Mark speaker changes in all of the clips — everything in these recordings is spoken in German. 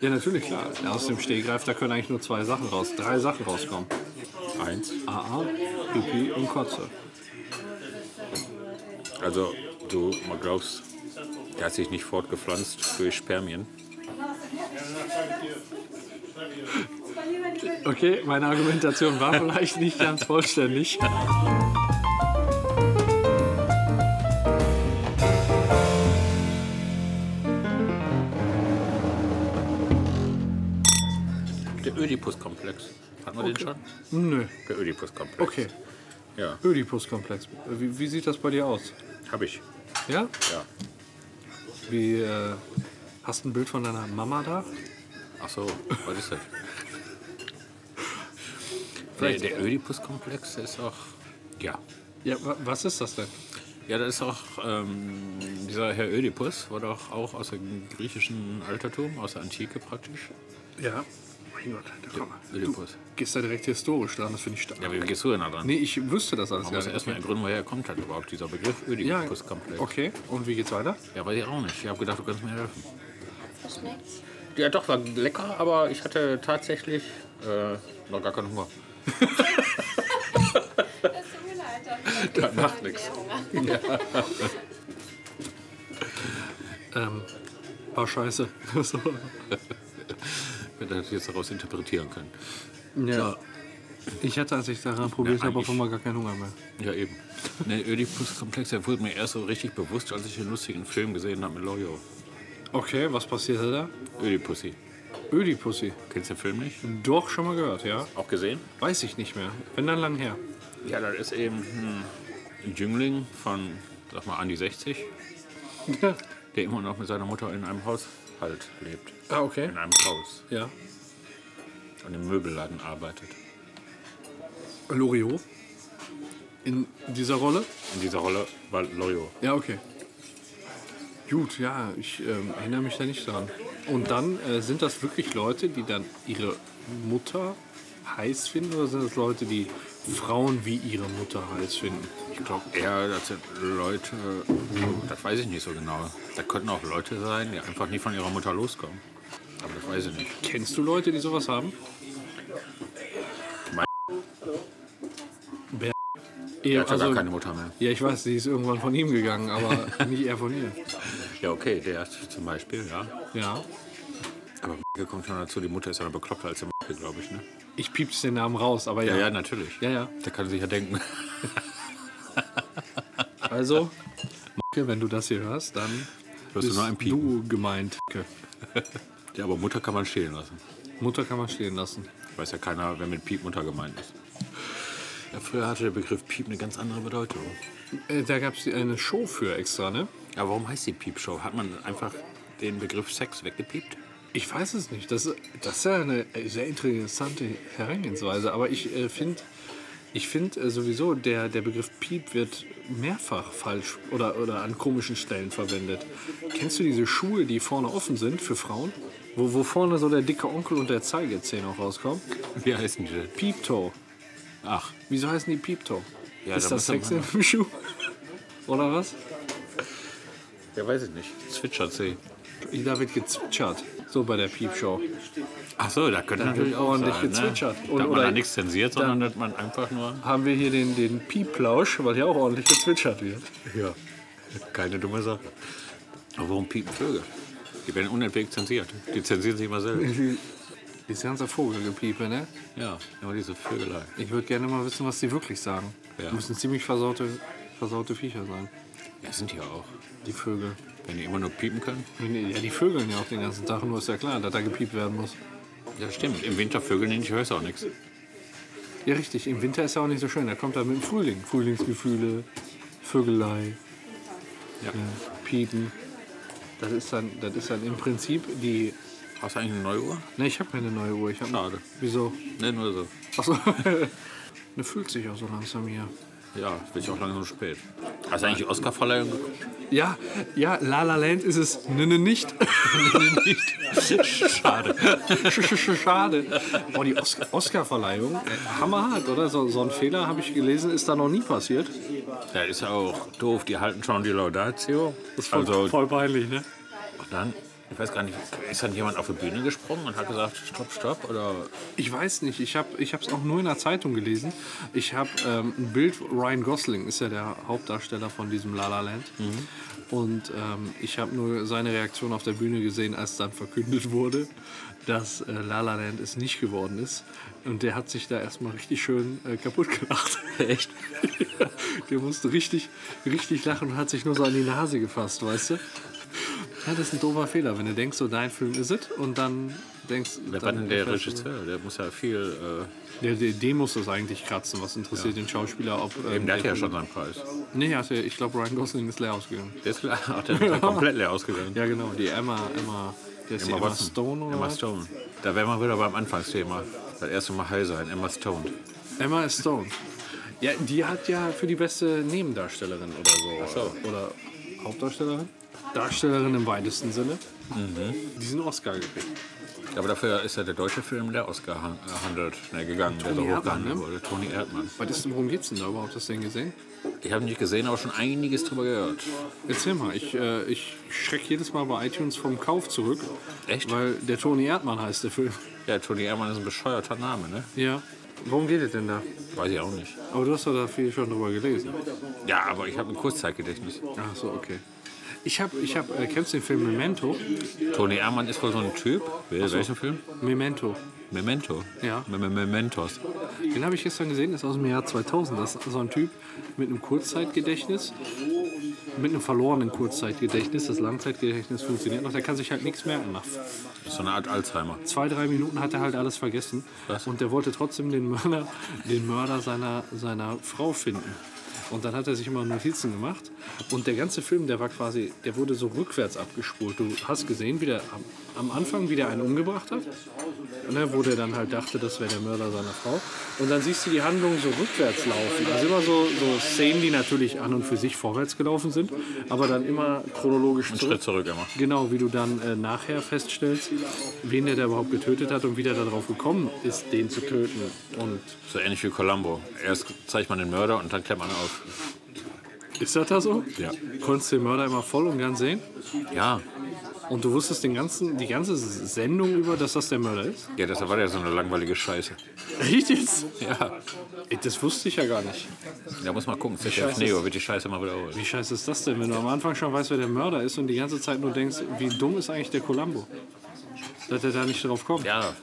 Speaker 1: Ja, natürlich, klar. Aus dem Stehgreif, da können eigentlich nur zwei Sachen raus, drei Sachen rauskommen.
Speaker 2: Eins.
Speaker 1: AA, Pipi und Kotze.
Speaker 2: Also, du glaubst, der hat sich nicht fortgepflanzt für Spermien.
Speaker 1: Okay, meine Argumentation war vielleicht nicht ganz vollständig.
Speaker 2: Der Ödipus-Komplex. Hatten wir den schon?
Speaker 1: Nö,
Speaker 2: Der Ödipus-Komplex.
Speaker 1: okay.
Speaker 2: Ja,
Speaker 1: Ödipus-Komplex. Wie, wie sieht das bei dir aus?
Speaker 2: hab ich.
Speaker 1: Ja?
Speaker 2: Ja.
Speaker 1: Wie, äh, hast du ein Bild von deiner Mama da?
Speaker 2: Ach so, was ist das? Der, der Ödipus-Komplex der ist auch. Ja.
Speaker 1: Ja, wa- was ist das denn?
Speaker 2: Ja, das ist auch. Ähm, dieser Herr Ödipus war doch auch aus dem griechischen Altertum, aus der Antike praktisch.
Speaker 1: Ja. Mein Gott, da komm mal.
Speaker 2: Ödipus.
Speaker 1: Gehst da direkt historisch dran, das finde ich stark.
Speaker 2: Ja, wie gehst du denn da dran?
Speaker 1: Nee, ich wüsste das alles
Speaker 2: Man muss
Speaker 1: gar nicht.
Speaker 2: erstmal ergründen, woher kommt halt überhaupt dieser Begriff
Speaker 1: Ja,
Speaker 2: Ödipus-Komplex.
Speaker 1: okay. Und wie geht's weiter?
Speaker 2: Ja, weiß ich auch nicht. Ich habe gedacht, du kannst mir helfen.
Speaker 3: Was schmeckt's?
Speaker 2: Ja, doch, war lecker, aber ich hatte tatsächlich äh, noch gar keinen Hunger.
Speaker 3: Es tut mir leid, da
Speaker 2: Da macht nichts.
Speaker 3: mehr Hunger.
Speaker 1: Ähm, war scheiße. so.
Speaker 2: Ich hätte das jetzt daraus interpretieren können.
Speaker 1: Ja. Ich hatte, als ich daran probiert habe, auf
Speaker 2: eigentlich-
Speaker 1: einmal gar keinen Hunger mehr.
Speaker 2: Ja, eben. Der Ödipus-Komplex, der wurde mir erst so richtig bewusst, als ich den lustigen Film gesehen habe mit Loyo.
Speaker 1: Okay, was passierte da?
Speaker 2: Ödipussy.
Speaker 1: Ödipussy.
Speaker 2: Kennst du den Film nicht?
Speaker 1: Doch, schon mal gehört, ja.
Speaker 2: Auch gesehen?
Speaker 1: Weiß ich nicht mehr. Wenn dann lang her.
Speaker 2: Ja, das ist eben hm, ein Jüngling von, sag mal, an die 60, der immer noch mit seiner Mutter in einem Haushalt lebt.
Speaker 1: ah, okay.
Speaker 2: In einem Haus
Speaker 1: Ja.
Speaker 2: und im Möbelladen arbeitet.
Speaker 1: Loriot. In dieser Rolle?
Speaker 2: In dieser Rolle war Loyo.
Speaker 1: Ja, okay. Gut, ja, ich ähm, erinnere mich da nicht dran. Und dann äh, sind das wirklich Leute, die dann ihre Mutter heiß finden oder sind das Leute, die Frauen wie ihre Mutter heiß finden?
Speaker 2: Ich glaube eher, das sind Leute, das weiß ich nicht so genau. Da könnten auch Leute sein, die einfach nie von ihrer Mutter loskommen. Aber das weiß ich nicht.
Speaker 1: Kennst du Leute, die sowas haben?
Speaker 2: Mein
Speaker 1: Wer?
Speaker 2: Er
Speaker 1: Ja,
Speaker 2: hat ja
Speaker 1: also,
Speaker 2: gar keine Mutter mehr.
Speaker 1: ja, ich weiß, sie ist irgendwann von ihm gegangen, aber nicht er von ihr.
Speaker 2: Ja, okay, der hat zum Beispiel, ja.
Speaker 1: Ja.
Speaker 2: Aber Merkel kommt schon dazu, die Mutter ist ja noch bekloppter als der Merkel, glaube ich, ne?
Speaker 1: Ich piep's den Namen raus, aber
Speaker 2: Ja,
Speaker 1: ja.
Speaker 2: ja, natürlich.
Speaker 1: Ja, ja.
Speaker 2: Da kann sie sich ja denken.
Speaker 1: Also, Marke, wenn du das hier hörst, dann
Speaker 2: Hörst du
Speaker 1: bist
Speaker 2: nur ein Piepen.
Speaker 1: du gemeint. Marke.
Speaker 2: Ja, aber Mutter kann man stehen lassen.
Speaker 1: Mutter kann man stehen lassen.
Speaker 2: Weiß ja keiner, wer mit Piep Mutter gemeint ist. Ja, früher hatte der Begriff Piep eine ganz andere Bedeutung.
Speaker 1: Äh, Da gab es eine Show für extra, ne?
Speaker 2: Ja, warum heißt die Piepshow? Hat man einfach den Begriff Sex weggepiept?
Speaker 1: Ich weiß es nicht. Das, das ist ja eine sehr interessante Herangehensweise. Aber ich äh, finde ich find, äh, sowieso, der, der Begriff Piep wird mehrfach falsch oder, oder an komischen Stellen verwendet. Kennst du diese Schuhe, die vorne offen sind für Frauen? Wo, wo vorne so der dicke Onkel und der Zeigezehen auch rauskommen?
Speaker 2: Wie heißen die denn?
Speaker 1: Pieptoe.
Speaker 2: Ach,
Speaker 1: Wieso heißen die Pieptoe?
Speaker 2: Ja,
Speaker 1: ist
Speaker 2: da
Speaker 1: das
Speaker 2: muss
Speaker 1: Sex
Speaker 2: man-
Speaker 1: im Schuh? Oder was?
Speaker 2: ja, weiß ich nicht. Zwitschersee.
Speaker 1: Da wird gezwitschert. So bei der Piepshow.
Speaker 2: Ach so, da könnte natürlich auch
Speaker 1: ordentlich
Speaker 2: sein,
Speaker 1: gezwitschert.
Speaker 2: Ne?
Speaker 1: Und-
Speaker 2: da hat man
Speaker 1: oder-
Speaker 2: da nichts zensiert, sondern dass man einfach nur...
Speaker 1: Haben wir hier den, den Pieplausch, weil hier auch ordentlich gezwitschert wird.
Speaker 2: Ja, keine dumme Sache. Aber warum piepen Vögel? Die werden unentwegt zensiert. Die zensieren sich immer selbst.
Speaker 1: Dieses ganze Vogelgepiepe, ne?
Speaker 2: Ja, immer diese Vögelei.
Speaker 1: Ich würde gerne mal wissen, was die wirklich sagen.
Speaker 2: Ja.
Speaker 1: Die müssen ziemlich versaute, versaute Viecher sein,
Speaker 2: Ja, sind ja auch.
Speaker 1: die Vögel.
Speaker 2: Wenn die immer nur piepen können.
Speaker 1: Ja, die vögeln ja auch den ganzen Tag, nur ist ja klar, dass da gepiept werden muss.
Speaker 2: Ja, stimmt. Im Winter vögeln die nicht, hörst du auch nichts.
Speaker 1: Ja, richtig, im Winter ist ja auch nicht so schön. Da kommt er mit dem Frühling. Frühlingsgefühle, Vögelei,
Speaker 2: Ja.
Speaker 1: Piepen. Das ist dann, das ist dann im Prinzip die.
Speaker 2: Hast du eigentlich eine neue Uhr?
Speaker 1: Ne, ich habe keine neue Uhr. Ich hab,
Speaker 2: Schade.
Speaker 1: Wieso?
Speaker 2: Ne, nur so.
Speaker 1: Achso. ne, fühlt sich auch so langsam hier.
Speaker 2: Ja, bin ich auch langsam spät. Hast du eigentlich die Oscarverleihung geguckt?
Speaker 1: Ja, ja, La La Land ist es. Ne, ne, nicht.
Speaker 2: Nicht. Schade.
Speaker 1: Sch- sch- sch- Schade. Boah, die Os- Oscar-Verleihung. äh, Hammerhart, oder? So, so ein Fehler, habe ich gelesen, ist da noch nie passiert.
Speaker 2: Ja, ist ja auch doof. Die halten schon die Laudatio. also
Speaker 1: peinlich, ne?
Speaker 2: dann Ich weiß gar nicht, ist dann jemand auf die Bühne gesprungen und hat gesagt, stopp, stopp? Oder
Speaker 1: Ich weiß nicht, ich habe es auch nur in der Zeitung gelesen. Ich habe ähm, ein Bild, Ryan Gosling ist ja der Hauptdarsteller von diesem La La Land. Und ähm, ich habe nur seine Reaktion auf der Bühne gesehen, als dann verkündet wurde, dass äh, La La Land es nicht geworden ist. Und der hat sich da erstmal richtig schön äh, kaputt gelacht. Echt? der musste richtig, richtig lachen und hat sich nur so an die Nase gefasst, weißt du? Ja, das ist ein doofer Fehler, wenn du denkst, so dein Film ist es und dann denkst
Speaker 2: wer war
Speaker 1: dann
Speaker 2: denn der
Speaker 1: erfährst du-
Speaker 2: Regisseur? Der muss ja viel. äh,
Speaker 1: der, der, dem muss das eigentlich kratzen. Was interessiert den Schauspieler, ob.
Speaker 2: Äh,
Speaker 1: Ähm,
Speaker 2: eben, der hat ja schon seinen Preis.
Speaker 1: Nee, also ich glaube, Ryan Gosling ist leer ausgegangen.
Speaker 2: Der ist, klar, ach, der ist ja komplett leer ausgegangen.
Speaker 1: Ja, genau. Die Emma. Emma der ist die Emma
Speaker 2: Watson.
Speaker 1: Stone oder?
Speaker 2: Emma
Speaker 1: was?
Speaker 2: Stone. Da wären wir wieder beim Anfangsthema. Das erste Mal high sein, Emma Stone.
Speaker 1: Emma Stone. Ja, die hat ja für die beste Nebendarstellerin oder so.
Speaker 2: so.
Speaker 1: Oder Hauptdarstellerin? Mhm. Darstellerin im weitesten Sinne. Diesen Oscar gekriegt.
Speaker 2: Aber dafür ist ja der deutsche Film der ausgehandelt, schnell ne, gegangen, der so
Speaker 1: Erdmann,
Speaker 2: hochgehandelt
Speaker 1: ne?
Speaker 2: wurde. Toni Erdmann.
Speaker 1: Was ist denn, worum geht's denn da überhaupt? Hast du den gesehen?
Speaker 2: Ich habe ihn nicht gesehen, aber schon einiges drüber gehört.
Speaker 1: Erzähl mal, ich, äh, ich schreck jedes Mal bei iTunes vom Kauf zurück.
Speaker 2: Echt?
Speaker 1: Weil der Toni Erdmann heißt der Film.
Speaker 2: Ja, Toni Erdmann ist ein bescheuerter Name, ne?
Speaker 1: Ja. Worum geht es denn da?
Speaker 2: Weiß ich auch nicht.
Speaker 1: Aber du hast doch da viel schon drüber gelesen.
Speaker 2: Ja, aber ich habe ein Kurzzeitgedächtnis.
Speaker 1: Ach so, okay. Ich habe, ich hab, äh, kennst du den Film Memento?
Speaker 2: Toni Erdmann ist wohl so ein Typ. Wel- Welchen Film?
Speaker 1: Memento.
Speaker 2: Memento.
Speaker 1: Ja.
Speaker 2: Me- Me- Mementos.
Speaker 1: Den habe ich gestern gesehen, ist aus dem Jahr 2000. Das ist so ein Typ mit einem Kurzzeitgedächtnis, mit einem verlorenen Kurzzeitgedächtnis. Das Langzeitgedächtnis funktioniert noch, der kann sich halt nichts merken. Nach
Speaker 2: Das ist so eine Art Alzheimer.
Speaker 1: zwei, drei Minuten hat er halt alles vergessen.
Speaker 2: Was?
Speaker 1: Und der wollte trotzdem den Mörder, den Mörder seiner, seiner Frau finden. Und dann hat er sich immer Notizen gemacht. Und der ganze Film, der war quasi, der wurde so rückwärts abgespult. Du hast gesehen, wie der am, am Anfang, wie der einen umgebracht hat. Ne, wo der dann halt dachte, das wäre der Mörder seiner Frau. Und dann siehst du die Handlung so rückwärts laufen. Also immer so, so Szenen, die natürlich an und für sich vorwärts gelaufen sind, aber dann immer chronologisch zurück.
Speaker 2: Schritt zurück immer.
Speaker 1: Genau, wie du dann äh, nachher feststellst, wen der da überhaupt getötet hat und wie der darauf gekommen ist, den zu töten. Und
Speaker 2: So ähnlich wie Columbo. Erst zeigt man den Mörder und dann klemmt man auf.
Speaker 1: ist das da so?
Speaker 2: Ja.
Speaker 1: Konntest du den Mörder immer voll und ganz sehen?
Speaker 2: Ja.
Speaker 1: Und du wusstest den ganzen, die ganze Sendung über, dass das der Mörder ist?
Speaker 2: Ja, das war ja so eine langweilige Scheiße.
Speaker 1: Echt jetzt?
Speaker 2: Ja.
Speaker 1: Ey, das wusste ich ja gar nicht.
Speaker 2: Da muss man gucken. ZDF
Speaker 1: Scheiße
Speaker 2: Neo wird die Scheiße mal wiederholt.
Speaker 1: Wie scheiße ist das denn, wenn du am Anfang schon weißt, wer der Mörder ist und die ganze Zeit nur denkst, wie dumm ist eigentlich der Columbo? Dass er da nicht drauf kommt.
Speaker 2: Ja,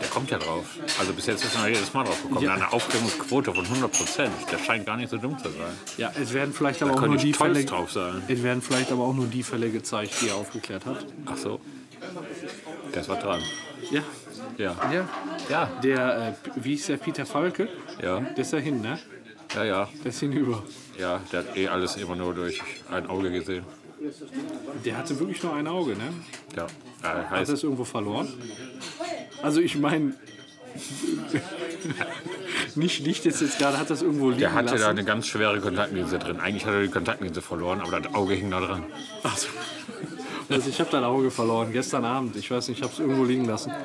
Speaker 2: der kommt ja drauf. Also bis jetzt ist er noch jedes Mal drauf gekommen. Eine Aufklärungsquote von 100 Prozent. Der scheint gar nicht so dumm zu sein.
Speaker 1: Ja, es werden vielleicht aber
Speaker 2: Da
Speaker 1: auch nur
Speaker 2: könnte
Speaker 1: die
Speaker 2: ich stolz
Speaker 1: Fälle.
Speaker 2: drauf sein.
Speaker 1: Es werden vielleicht aber auch nur die Fälle gezeigt, die er aufgeklärt hat.
Speaker 2: Ach so. Das war dran.
Speaker 1: Ja,
Speaker 2: Ja.
Speaker 1: ja.
Speaker 2: Ja.
Speaker 1: Der, äh, P- wie ist der Peter Falke?
Speaker 2: Ja.
Speaker 1: Der ist da hin, ne?
Speaker 2: Ja, ja.
Speaker 1: Der ist hinüber.
Speaker 2: Ja, der hat eh alles immer nur durch ein Auge gesehen.
Speaker 1: Der hatte wirklich nur ein Auge, ne?
Speaker 2: Ja. ja
Speaker 1: Hat er
Speaker 2: heißt,
Speaker 1: es irgendwo verloren? Also ich meine, nicht, nicht jetzt, jetzt gerade, hat das irgendwo liegen
Speaker 2: der hatte
Speaker 1: lassen.
Speaker 2: da eine ganz schwere Kontaktlinse drin. Eigentlich hat er die Kontaktlinse verloren, aber das Auge hing da dran.
Speaker 1: also, also ich habe dein Auge verloren, gestern Abend. Ich weiß nicht, ich habe es irgendwo liegen lassen.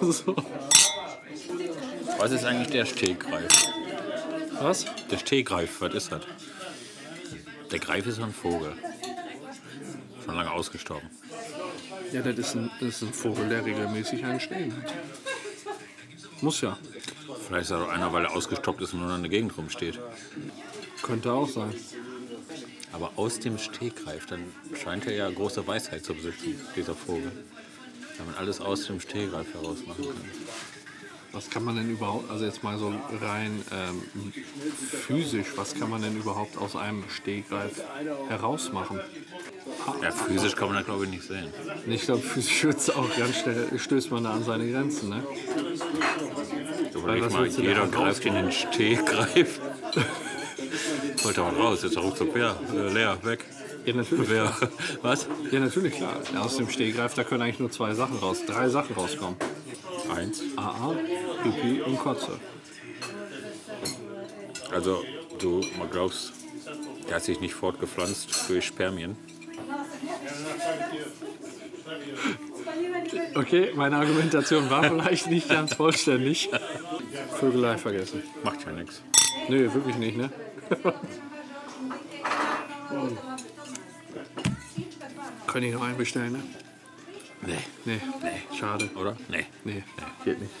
Speaker 1: Also,
Speaker 2: Was ist eigentlich der Stehgreif?
Speaker 1: was?
Speaker 2: Der Stehgreif, was ist das? Der Greif ist ein Vogel. Schon lange ausgestorben.
Speaker 1: Ja, das ist ein, das ist ein Vogel, der regelmäßig einen Schnee hat. Muss ja.
Speaker 2: Vielleicht ist er doch einer, weil er ausgestoppt ist und nur noch in der Gegend rumsteht.
Speaker 1: Könnte auch sein.
Speaker 2: Aber aus dem Stegreif, dann scheint er ja große Weisheit zu besitzen, dieser Vogel. Wenn man alles aus dem Stegreif heraus machen kann.
Speaker 1: Was kann man denn überhaupt, also jetzt mal so rein ähm, physisch, was kann man denn überhaupt aus einem Stegreif herausmachen?
Speaker 2: Ja, physisch kann man das glaube ich nicht sehen.
Speaker 1: Ich glaube, physisch wird's auch ganz schnell, stößt man da an seine Grenzen, ne?
Speaker 2: Überleg
Speaker 1: was
Speaker 2: mal,
Speaker 1: willst du da
Speaker 2: jeder
Speaker 1: rausholen?
Speaker 2: greift in den Stegreif. Wollte man raus, jetzt ruckzuck leer, äh, leer, weg.
Speaker 1: Ja, natürlich.
Speaker 2: Wer, was?
Speaker 1: Ja, natürlich, klar. Aus dem Stegreif, da können eigentlich nur zwei Sachen raus, drei Sachen rauskommen.
Speaker 2: Eins.
Speaker 1: AA, Pipi und Kotze.
Speaker 2: Also, du man glaubst, der hat sich nicht fortgepflanzt durch Spermien.
Speaker 1: Okay, meine Argumentation war vielleicht nicht ganz vollständig. Vögelei vergessen.
Speaker 2: Macht ja nichts.
Speaker 1: Nö, wirklich nicht, ne? Könnte ich noch einen bestellen, ne?
Speaker 2: Nee.
Speaker 1: Nee, schade.
Speaker 2: Oder? Nee.
Speaker 1: Nee,
Speaker 2: Geht nicht.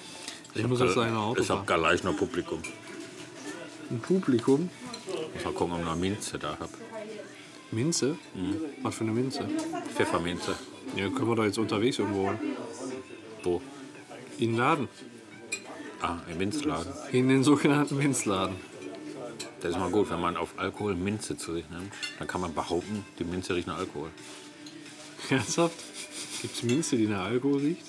Speaker 1: ich muss jetzt sagen, Auto
Speaker 2: Ich habe gar leicht noch Publikum.
Speaker 1: Ein Publikum.
Speaker 2: Muss mal gucken, ob ich noch Minze da habe.
Speaker 1: Minze? Was für eine Minze?
Speaker 2: Pfefferminze.
Speaker 1: Mhm. Ja, können wir doch jetzt unterwegs irgendwo holen.
Speaker 2: Wo?
Speaker 1: In den Laden.
Speaker 2: Ah, im Minzladen.
Speaker 1: In den sogenannten Minzladen.
Speaker 2: Das ist mal gut, wenn man auf Alkohol Minze zu sich nimmt, dann kann man behaupten, die Minze riecht nach Alkohol.
Speaker 1: Ernsthaft? Gibt es Minze, die nach Alkohol riecht?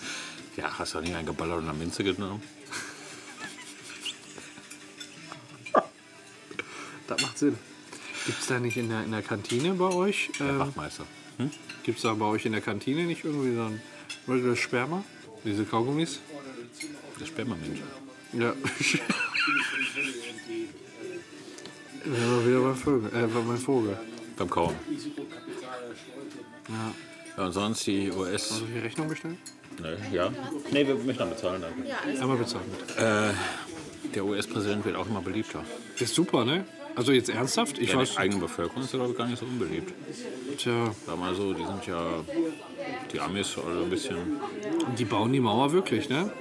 Speaker 2: Ja, hast du nicht einen geballert und eine Minze genommen?
Speaker 1: Das macht Sinn. Gibt es da nicht in der, in der Kantine bei euch? Ähm,
Speaker 2: Wachmeister.
Speaker 1: Gibt es da bei euch in der Kantine nicht irgendwie so ein Regular Sperma? Diese Kaugummis?
Speaker 2: Das Spermaminze.
Speaker 1: Ja. Wären wir wieder beim Vogel. Äh, bei meinem Vogel.
Speaker 2: Beim Kauen. Ja. Und sonst die US.
Speaker 1: Soll ich die Rechnung bestellen?
Speaker 2: Ne, ja. Nee, wir müssen dann bezahlen. Danke.
Speaker 1: Einmal bezahlen bitte.
Speaker 2: Der US-Präsident wird auch immer beliebter.
Speaker 1: Das ist super, ne? Also jetzt ernsthaft? Ich
Speaker 2: Ja,
Speaker 1: weiß.
Speaker 2: die eigene Bevölkerung ist, glaube ich, gar nicht so unbeliebt.
Speaker 1: Tja,
Speaker 2: Sag mal so, die sind ja. Die Amis also ein bisschen.
Speaker 1: die bauen die Mauer wirklich, ne?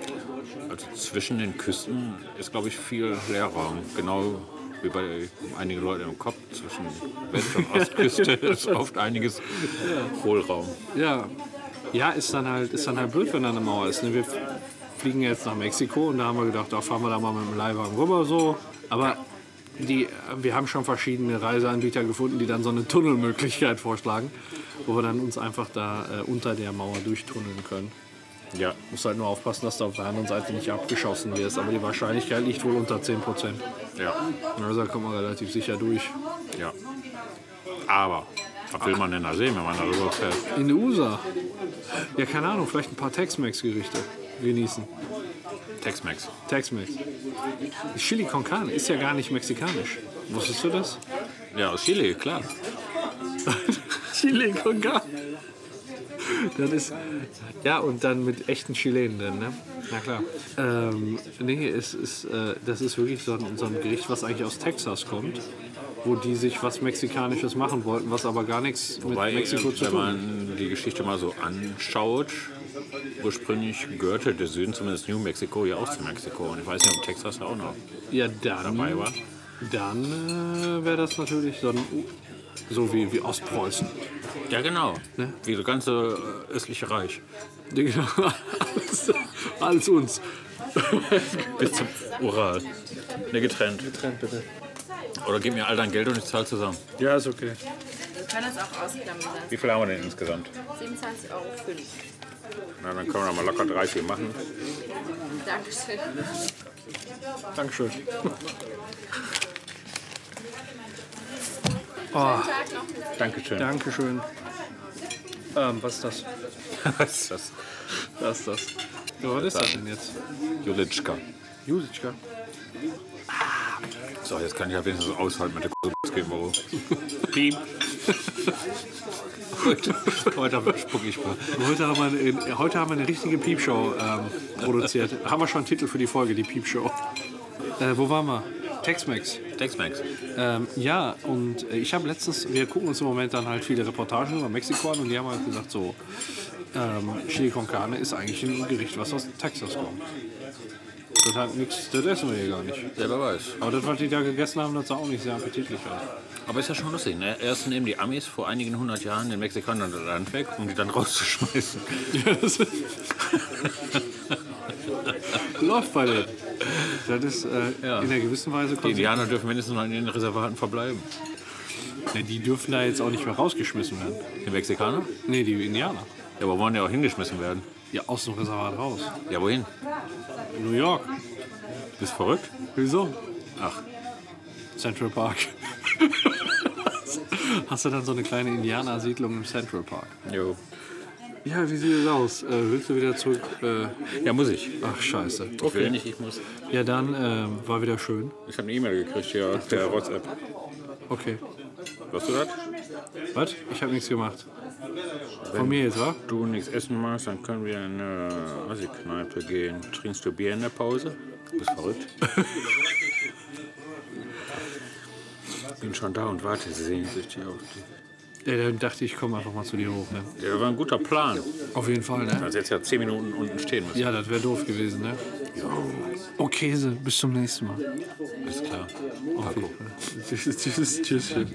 Speaker 2: Also zwischen den Küsten ist, glaube ich, viel Leerraum. Genau wie bei einigen Leuten im Kopf. Zwischen West- und Ostküste ist oft einiges Hohlraum.
Speaker 1: Ja. Ja, ist dann halt, ist dann halt blöd, wenn da eine Mauer ist. Ne? Wir fliegen jetzt nach Mexiko und da haben wir gedacht, da fahren wir da mal mit dem Leihwagen rüber so. Aber die, wir haben schon verschiedene Reiseanbieter gefunden, die dann so eine Tunnelmöglichkeit vorschlagen, wo wir dann uns einfach da äh, unter der Mauer durchtunneln können.
Speaker 2: Ja.
Speaker 1: Muss halt nur aufpassen, dass du auf der anderen Seite nicht abgeschossen wirst. Aber die Wahrscheinlichkeit liegt wohl unter 10 Prozent.
Speaker 2: Ja.
Speaker 1: Also da kommt man relativ sicher durch.
Speaker 2: Ja. Aber, was will man denn da sehen, wenn man darüber fährt?
Speaker 1: In die USA? Ja, keine Ahnung, vielleicht ein paar Tex-Mex-Gerichte genießen.
Speaker 2: Tex-Mex.
Speaker 1: Tex-Mex. Chili con carne ist ja gar nicht mexikanisch. Wusstest du das?
Speaker 2: Ja, aus Chile, klar.
Speaker 1: Chili con carne. Das ist, ja, und dann mit echten Chilenen drin, ne? Na klar. Ähm, nee, es ist, äh, das ist wirklich so ein, so ein Gericht, was eigentlich aus Texas kommt, wo die sich was Mexikanisches machen wollten, was aber gar nichts mit
Speaker 2: Wobei,
Speaker 1: Mexiko
Speaker 2: äh,
Speaker 1: zu
Speaker 2: wenn
Speaker 1: tun hat.
Speaker 2: man die Geschichte mal so anschaut, ursprünglich gehörte der Süden, zumindest New Mexico, ja auch zu Mexiko. Und ich weiß nicht, ob Texas da auch noch
Speaker 1: Ja, dann.
Speaker 2: dabei war.
Speaker 1: Dann äh, wäre das natürlich so, ein, so wie, wie Ostpreußen.
Speaker 2: Ja, genau. Wie das ganze äh, östliche Reich.
Speaker 1: Ja, Genau. Alles, alles uns.
Speaker 2: Bis zum Ural. Ne, getrennt. Getrennt, bitte. Oder gib mir all dein Geld und ich zahle zusammen.
Speaker 1: Ja, ist okay.
Speaker 4: Wir können das auch ausklammern.
Speaker 2: Wie viel haben wir denn insgesamt?
Speaker 4: 27,5 Euro.
Speaker 2: Na, dann können wir mal locker 30 machen.
Speaker 4: Dankeschön.
Speaker 1: Dankeschön.
Speaker 2: Dankeschön.
Speaker 1: Dankeschön. Ähm, was ist das?
Speaker 2: Was ist das?
Speaker 1: Das ist das. Ja, was ist das denn jetzt?
Speaker 2: Julitschka.
Speaker 1: Julitschka.
Speaker 2: So, jetzt kann ich ja wenigstens aushalten mit der Kurzgebung. Piep. heute, heute spuck ich mal.
Speaker 1: Heute haben wir eine, äh, heute haben wir eine richtige Piepshow ähm, produziert. haben wir schon einen Titel für die Folge, die Piepshow. Äh, wo waren wir? Tex-Mex.
Speaker 2: Tex-Mex.
Speaker 1: Ähm, ja, und äh, ich habe letztens, wir gucken uns im Moment dann halt viele Reportagen über Mexiko an und die haben halt gesagt, so, ähm, Chili con Carne ist eigentlich ein Gericht, was aus Texas kommt. Das hat nichts, das essen wir hier gar nicht.
Speaker 2: Ja, wer weiß.
Speaker 1: Aber das, was die da gegessen haben, das sah auch nicht sehr appetitlich aus.
Speaker 2: Aber ist ja schon lustig, ne? Erst nehmen die Amis vor einigen hundert Jahren den Mexikanern das Land weg, um die dann rauszuschmeißen.
Speaker 1: Läuft bei denen. Das ist äh,
Speaker 2: Ja.
Speaker 1: in einer gewissen Weise
Speaker 2: Die
Speaker 1: konsequent.
Speaker 2: Indianer dürfen mindestens noch in den Reservaten verbleiben.
Speaker 1: Ne, Die dürfen da jetzt auch nicht mehr rausgeschmissen werden.
Speaker 2: Die Mexikaner?
Speaker 1: Nee, die Indianer.
Speaker 2: Ja, aber wollen ja auch hingeschmissen werden.
Speaker 1: Ja, aus dem Reservat raus.
Speaker 2: Ja, wohin?
Speaker 1: New York.
Speaker 2: Bist verrückt?
Speaker 1: Wieso?
Speaker 2: Ach,
Speaker 1: Central Park. Hast du dann so eine kleine Indianersiedlung im Central Park?
Speaker 2: jo.
Speaker 1: Ja, wie sieht es aus? Äh, willst du wieder zurück? Äh,
Speaker 2: Ja, muss ich. Ich
Speaker 1: ach, scheiße.
Speaker 2: will nicht, ich muss.
Speaker 1: Ja, dann ähm, war wieder schön.
Speaker 2: Ich habe eine E-Mail gekriegt hier auf der WhatsApp.
Speaker 1: Okay.
Speaker 2: Hast du das?
Speaker 1: Was? Ich habe nichts gemacht. Von mir jetzt, wa?
Speaker 2: du nichts essen magst, dann können wir in eine äh, Assi-Kneipe gehen. Trinkst du Bier in der Pause? Du bist verrückt. Bin schon da und warte sehnsüchtig auf dich.
Speaker 1: Ja, dann dachte ich, komm einfach mal zu dir hoch. Ne?
Speaker 2: Ja, war ein guter Plan.
Speaker 1: Auf jeden Fall, ne?
Speaker 2: Also jetzt ja zehn Minuten unten stehen müssen.
Speaker 1: Ja, das wäre doof gewesen, ne? Oh, Käse, bis zum nächsten Mal.
Speaker 2: Ist klar.
Speaker 1: Auf jeden Fall. Tschüss, tschüss, tschüss.